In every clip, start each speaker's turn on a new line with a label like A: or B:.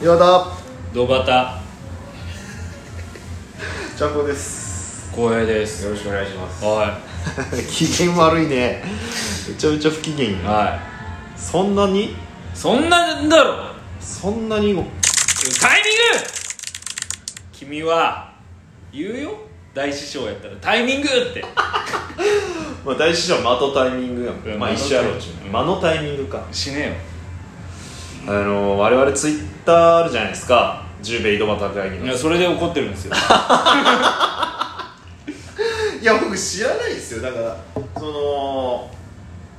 A: 岩田
B: ドバタ
A: ちゃんこです
B: 光栄です
C: よろしくお願いします。
B: は
A: 機嫌悪いねめちゃめちゃ不機嫌
B: い
A: や
B: は
A: そんなに
B: いそんなんだろ
A: そんなに
B: タイミング君は言うよ大師匠やったらタイミングって
A: まあ大師匠間とタイミングやも
B: うんん
A: まあ
B: 間と
A: 一緒やろうちゅ
B: うん
A: 間のタイミングか
B: 死ね
A: あの我々ツイッターあるじゃないですか十兵衛井戸端会議
B: よい
A: の
B: やそれで怒ってるんですよ
A: いや僕知らないですよだからその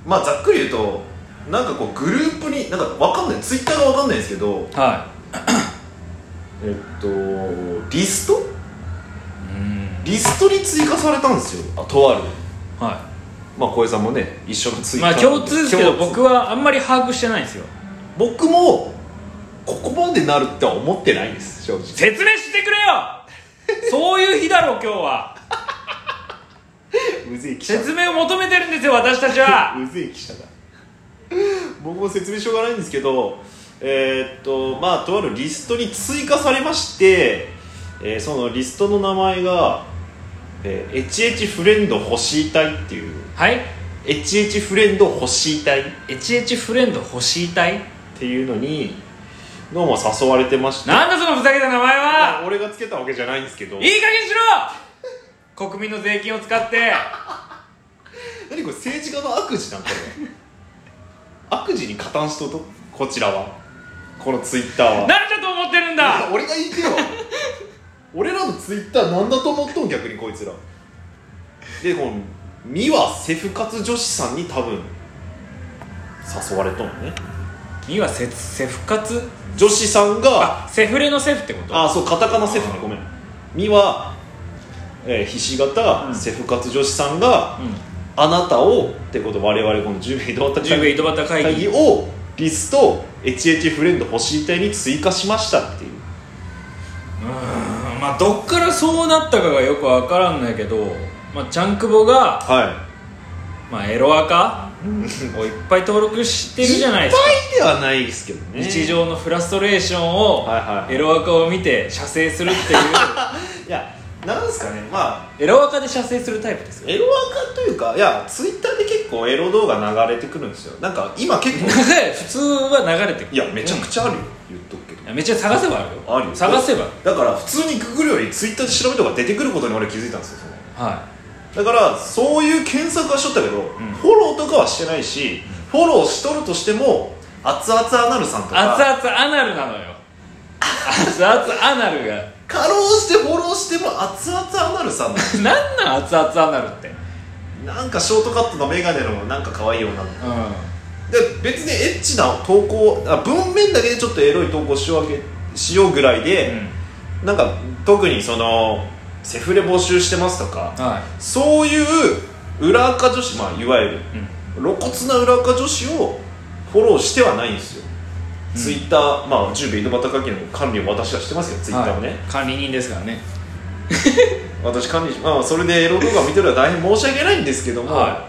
A: まあざっくり言うとなんかこうグループになんかわかんないツイッターがわかんないですけど
B: は
A: えっとリスト
B: いうん
A: リストに追加されたんですよあとある
B: は
A: まあ小江さんもね一緒のツ
B: い
A: イッ
B: ま
A: ター
B: あ共通ですけど僕
A: は
B: はあんまり把握してないんですよ
A: 僕もここまでなるっては思ってないです正直
B: 説明してくれよそういう日だろ今日は
A: うぜえ記者
B: 説明を求めてるんですよ私たちは
A: うぜえ記者だ 僕も説明しようがないんですけどえーっとまあとあるリストに追加されまして、えーそのリストの名前が「えー、エチエチフレンド欲しい隊」っていう
B: はい
A: 「エチエチフレンド欲しい隊」っ
B: エチエチフレンド欲しいたい
A: ていうのにどうも誘われてまして
B: なんだそのふざけた名前は
A: まあ俺がつけたわけじゃないんですけど
B: いい加減しろ国民の税金を使って
A: 何これ政治家の悪事なんこれ悪事に加担しととこちらはこのツイッターは
B: 誰だと思ってるんだ
A: いや俺が言ってよ俺らのツイッターなんだと思っとん逆にこいつらでこの美和セフ活女子さんに多分誘われとんね
B: ミはセセフ活
A: 女子さんが
B: あセフレのセフってこと
A: あそうカタカナセフねごめん美和、えー、ひし形、
B: うん
A: セフ活女子さんが
B: うん
A: あなたをってこと我々この10名どうだった
B: 十兵衛井戸端会議
A: 会議をリスト HH フレンド欲しい隊に追加しましたっていう
B: うんまあどっからそうなったかがよくわからんないけどまあちゃんくぼが、
A: は
B: まあ、エロアカをいっぱい登録してるじゃないですか
A: いっぱいではないですけどね
B: 日常のフラストレーションを
A: はいはいはい
B: エロアカを見て射精する っていう
A: いやなんですかねまあ
B: エロアカで射精するタイプ ですよ
A: エロアカというかいやツイッターで結構エロ動画流れてくるんですよなんか今結構
B: 普通は流れてくる
A: いやめちゃくちゃあるよ、言っとくけど
B: いやめっちゃ探せばあるよ
A: あるよ
B: 探せば
A: だから普通にググるよりツイッターで調べとか出てくることに俺気づいたんですよその
B: は
A: だからそういう検索はしとったけど、
B: ん
A: フォローとかはしてないしフォローしとるとしても熱々アナルさんと
B: い
A: か
B: 熱々アナルなのよ熱々アナルが
A: かろうじてフォローしても熱々アナルさんな
B: なんなん熱々アナルって
A: のなんかショートカットのメガネのなんか可愛い女の子
B: う
A: で別にエッチな投稿あ文面だけでちょっとエロい投稿しようわけしようぐらい
B: ん、う
A: で、
B: ん、
A: なんか特にそのセフレ募集してますとか
B: は
A: そういう裏垢女子まあいわゆる
B: い、う
A: 露
B: ん、
A: 骨な裏垢女子をフォローしてはないんですよ、
B: うん
A: ツイッターまあ十兵衛井戸端会議の管理を私はしてますけどツイッターをね、
B: はい管理人ですからね
A: 私管理しまあそれでエロ動画見てるのは大変申し訳ないんですけども、
B: は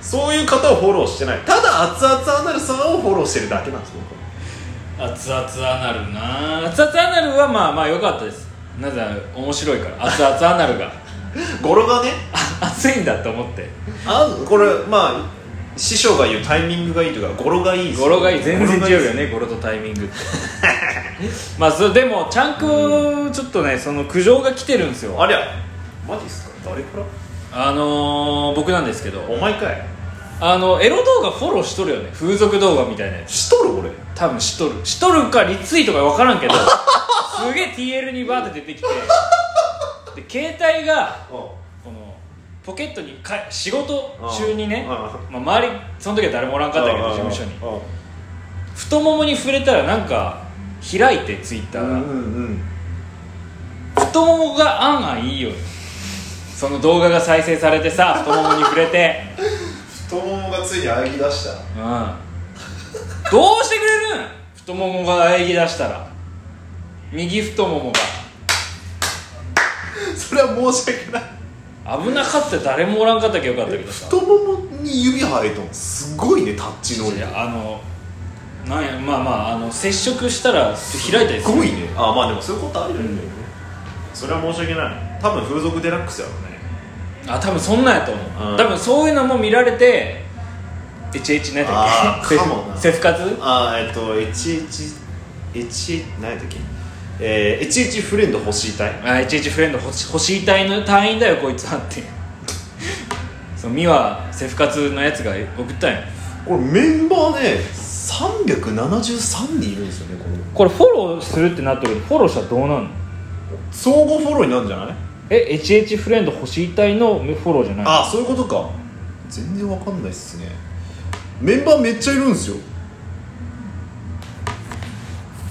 A: そういう方をフォローしてないただ熱々アナルさんをフォローしてるだけなんです僕は
B: 熱々アナルな熱々アナルはまあまあ良かったですなぜなら面白いから熱々アナ ルが
A: 語呂がね
B: あ熱いんだと思って
A: あこれまあ師匠が言うタイミングがいいというか語呂がいいです
B: 語呂がいい全然違うよ
A: ね
B: ね語呂とタイミン グってまあそれでもちゃんくちょっとねその苦情が来てるんですよ
A: ありゃマジっすか誰から
B: あのー、僕なんですけど
A: お前かい
B: あのエロ動画フォローしとるよね風俗動画みたいなやつ
A: しとる俺
B: 多分しとるしとるかリツイートか分からんけどすげえ TL にバーって出てきてで携帯がこのポケットにか仕事中にね、まあ、周りその時は誰もおらんかったけど事務所に
A: に
B: 太ももに触れたらなんか開いてツイッタ
A: うんう
B: ー
A: ん
B: が太ももがあんあんいいよその動画が再生されてさ太ももに触れて
A: 太ももがついにあぎ出 した
B: うんどうしてくれるん太ももが喘ぎ出したら右太もも
A: それは申し訳ない
B: が危なかったら誰もおらんかったけどよかったけどさ
A: 太ももに指生えとんすごいねタッチの
B: い
A: り
B: やあのなんやまあまああの接触したら開いたり
A: す
B: する
A: ごいねあまあでもそういうことあるよね、それは申し訳ない多分風俗デラックスやろうね
B: あ多分そんなんやと思う、
A: うん
B: 多分そういうのも見られて HH 何やったっけ
A: あーかもな
B: セフセフ活
A: あーえっと HH HH 何やったっけえー、HH フレンド欲しいたい
B: あ HH フレンド欲し欲しい隊の隊員だよこいつはってそう美和セフ活のやつが送ったんや
A: これメンバーね373人いるんですよねこの
B: これフォローするってなってるけどフォローしたらどうなるの
A: 相互フォローになるんじゃない
B: え HH フレンド欲しい隊のフォローじゃない
A: ああそういうことか全然わかんないっすねメンバーめっちゃいるんですよ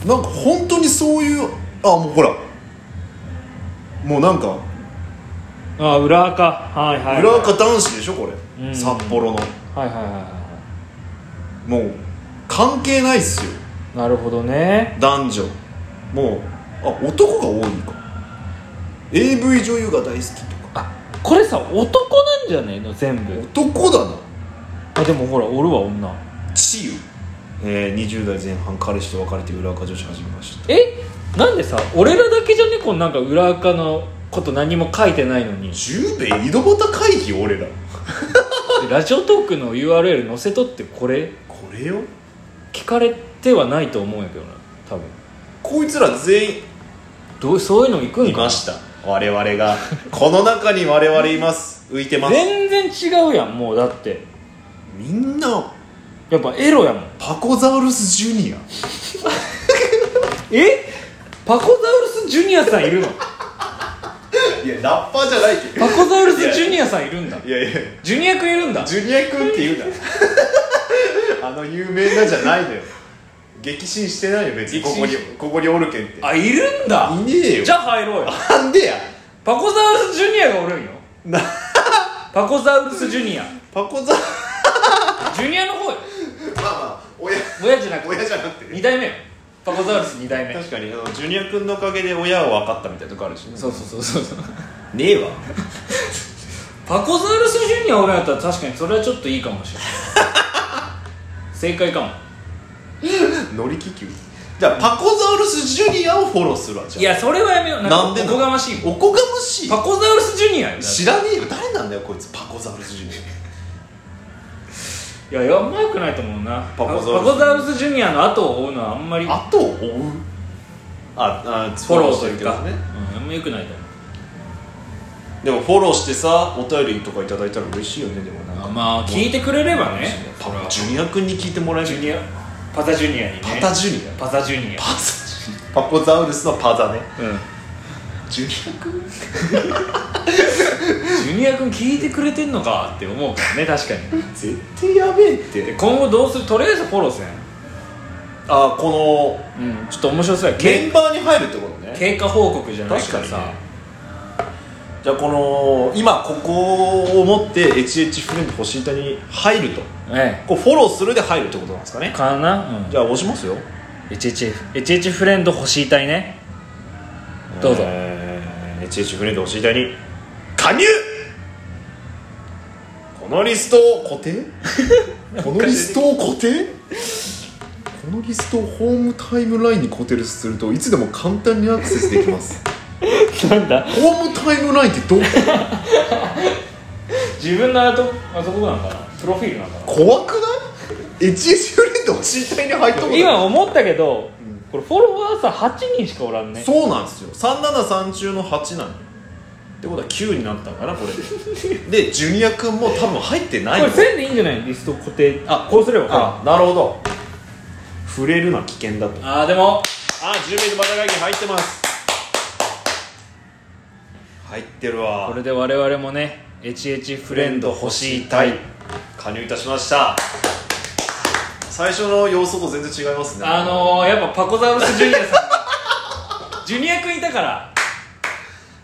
A: なんか本当にそういうあもうほらもうなんか
B: あ裏垢はいはい
A: 裏垢男子でしょこれ、
B: うん
A: 札幌の
B: はいはいはいは
A: もう関係ないっすよ
B: いなるほどね
A: 男女もうあ男が多いか AV 女優が大好きとか
B: あこれさ男なんじゃねえの全部
A: 男だな
B: あでもほらおるわ女
A: チユ、えー、20代前半彼氏と別れて裏垢女子始めました
B: えなんでさ俺らだけじゃねこのなんか裏垢のこと何も書いてないの に
A: 十兵衛井戸端会議俺ら
B: ラジオトークの URL 載せとってこれ
A: これよ
B: 聞かれてはないと思うんやけどな多分
A: こいつら全員
B: どうそういうの行くん
A: い
B: か
A: ました我々がこの中に我々います浮いてます
B: 全然違うやんもうだって
A: みんな
B: やっぱエロやもん
A: パコザウルスジュニア
B: えパコザウルスジュニアさんいるのパ
A: いやラッパーじゃないけ
B: コザウルスジュニアさんいるんだ
A: どいやいや
B: ジュニア君いるんだ
A: ジュニア君って言うな あの有名なじゃないのよ激震してないよ別にここに
B: 激
A: ここにおるけんってい
B: あいるんだ
A: ねえよ
B: じゃあ入ろうよ
A: なんでや
B: パコザウルスジュニアがおるんよ
A: な
B: パコザウルスジュニア
A: パコザま
B: ジュニアの方よ
A: あまあ親
B: 親じゃなくて
A: 親じゃなくて
B: 2代目よパコザウルス2代目
A: 確かにあのジュニア君のおかげで親は分かったみたいなとこあるしね
B: そうそうそうそう
A: ねえわ
B: パコザウルスジュニアおるんやったら確かにそれはちょっといいかもしれ ない正解かも
A: 乗り気球じゃあパコザウルスジュニアをフォローするわじゃ
B: いやそれはやめよう
A: な
B: なんん
A: で
B: か
A: な
B: お
A: の
B: こがましい
A: あ
B: もん
A: おこがましい
B: パコザウルスジュニアよだって
A: 知らねえよ誰なんだよこいつパコザウルスジュニ
B: いやいやあんまよくないと思うな
A: パ
B: パ
A: コ
B: コ
A: ザウルス
B: ザウルスジュニアの後を追うのはあんまりフ
A: ア後を追うああ
B: ォローというか、
A: ね
B: うん、あんまよくないと思う
A: でもフォローしてさお便りとかいただいたら嬉しいよねでもなんか
B: まあ聞いてくれればね
A: パ
B: それは
A: ジュニア君に聞いてもらえる
B: ジュニアパザジュニアにね
A: パタジュニア
B: パザジュニア
A: パザジュニアパコザウルスのパザね
B: うん
A: ジュニア君
B: ジュニア君聞いてくれてんのかって思うからね確かに
A: 絶対やべえっ
B: で
A: て
B: 今後どうするとりあえずフォローせん
A: あこの
B: うんちょっと面白そうや
A: メ
B: け
A: ンバーに入るってことね
B: 経過報告じゃないから
A: 確
B: さ
A: かにねじゃあこの今ここを持って HH フレンド星板に入ると
B: え
A: こうフォローするで入るってことなんですか
B: え
A: ね
B: かなうん
A: じゃあ押しますよ
B: HHF HH フレンド欲しいたいねどうぞ
A: えー HH フレンド星板に加入このリストを固 定このリストを固定このリストをホームタイムラインに固定するといつでも簡単にアクセスできます
B: なんだ
A: ホームタイムラインってどこ
B: 自分のあとあそこなのかなプロフィールなのかな
A: 怖くない ?HH フレンド星板に入ったことない
B: 今思ったけど、これフォロワーさ8人しかおらんね
A: そうなんですよ373中の8なのよってことは9になったからこれででジュニア君も多分入ってな
B: こ
A: いの
B: れ線でいいんじゃないリスト固定あこうすれば
A: あなるほど触れるのは危険だと
B: ああでも
A: あ10名のバタ会議入ってます入ってるわ
B: これで我々もね HH フレンド欲しいタイ
A: 加入いたしました最初の要素と全然違いますね
B: あのー、やっぱパコザウルスジュニアさんがジュニア君いたから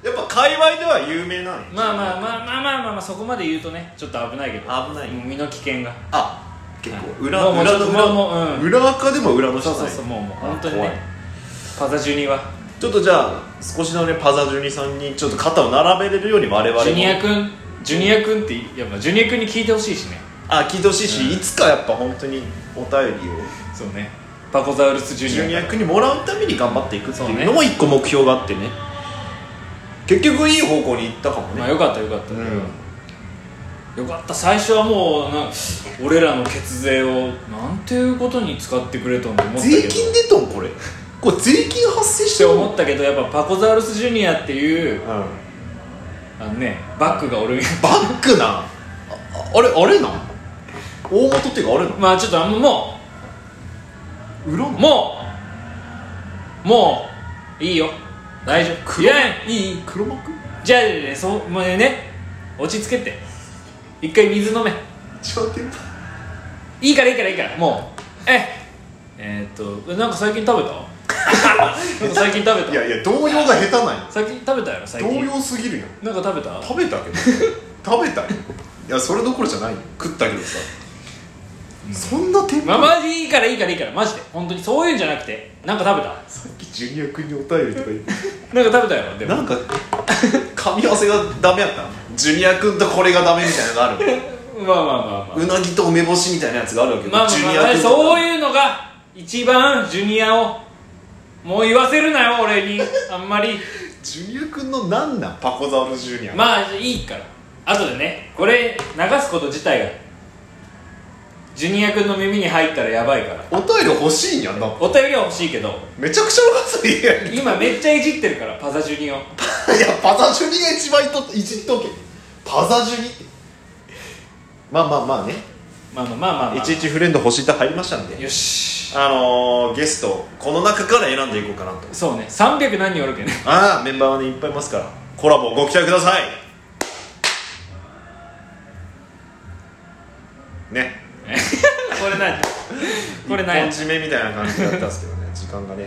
A: やっぱ界隈では有名なんや
B: まあまあまあまあまあまあ、まあ、そこまで言うとねちょっと危ないけど
A: 危ない
B: もう身の危険が
A: あ結構裏
B: もうもう
A: 裏
B: ち
A: の
B: ょっと
A: 裏
B: もうもううん
A: 裏垢でも裏の人
B: そ
A: な
B: う
A: んや
B: そうそうもうもう本当に
A: 怖い
B: ねパザジュニは
A: ちょっとじゃあ少しのねパザジュニさんにちょっと肩を並べれるように我々も
B: ジュニア君ジュニア君ってやっぱジュニア君に聞いてほしいしね
A: あ聞いてほしいし、いつかやっぱ本当にお便りを
B: そうねパコザウルスジュ
A: ジュ
B: ニ
A: ニ
B: ア
A: ア君にもらうために頑張っていくって
B: そう
A: いう
B: ね
A: のも一個目標があってね結局いい方向に行ったかもね、
B: まあよかったよかった、
A: うん
B: よかった最初はもうな俺らの血税をなんていうことに使ってくれとんって思ったけど
A: 税金出とんこれこれ税金発生し
B: ってて
A: る
B: 思ったけどやっぱパコザウルスジュニアっていう
A: うん
B: あのねバックが俺に
A: バックなあああれあれな大元っていうかあれな
B: まあちょっとあんまも
A: 裏の
B: うもうもういいよ大丈夫い
A: 黒
B: やいいいい
A: 黒幕
B: じゃあねそうもうね落ち着けて一回水飲め
A: 一番天ぷら
B: いいからいいからいいからもうええーっとなんか最近 食べたなんか最近食べた
A: いやいや動揺が下手なんよ
B: 最近食べたやろ最
A: 動
B: 近
A: 揺すぎるよ
B: なんか食べた
A: 食べた けど食べたよいやそれどころじゃないよ食ったけどさ、そんな天ぷ
B: まあ
A: ら、
B: マジいいからいいからいいからマジで本当にそういうんじゃなくてなんか食べた
A: さっきジュニア君にお便りとか言って
B: なんか食べたよでも
A: なんか 噛み合わせがダメやったジュニア君とこれがダメみたいなのがある
B: まあまあまあまあ
A: うなぎと梅干しみたいなやつがあるわけよ、
B: まあまあ
A: ジュニ
B: まあ
A: ア君と
B: そういうのが一番ジュニアをもう言わせるなよ俺にあんまり
A: ジュニア君のなんなんパコザウルスジュニア、
B: まあいいから後でねこれ流すこと自体がジュニア君の耳に入ったらやばいから
A: お便り欲しいんやんな
B: お便りは欲しいけど
A: めちゃくちゃうかつい やんい
B: 今めっちゃいじってるからパザジュニを
A: やパザジュニが一番いといじっとけパザジュニまあまあまあね
B: まあまあまあまあ、ま
A: いちいちフレンド星って入りましたんで
B: あ、よし
A: あのー、ゲストこの中から選んでいこうかなと
B: そうね300何人おるけどね
A: ああメンバーはねいっぱいいますからコラボご期待くださいね
B: これ何これ何
A: 一本締めみたいな感じだったんですけどね時間がね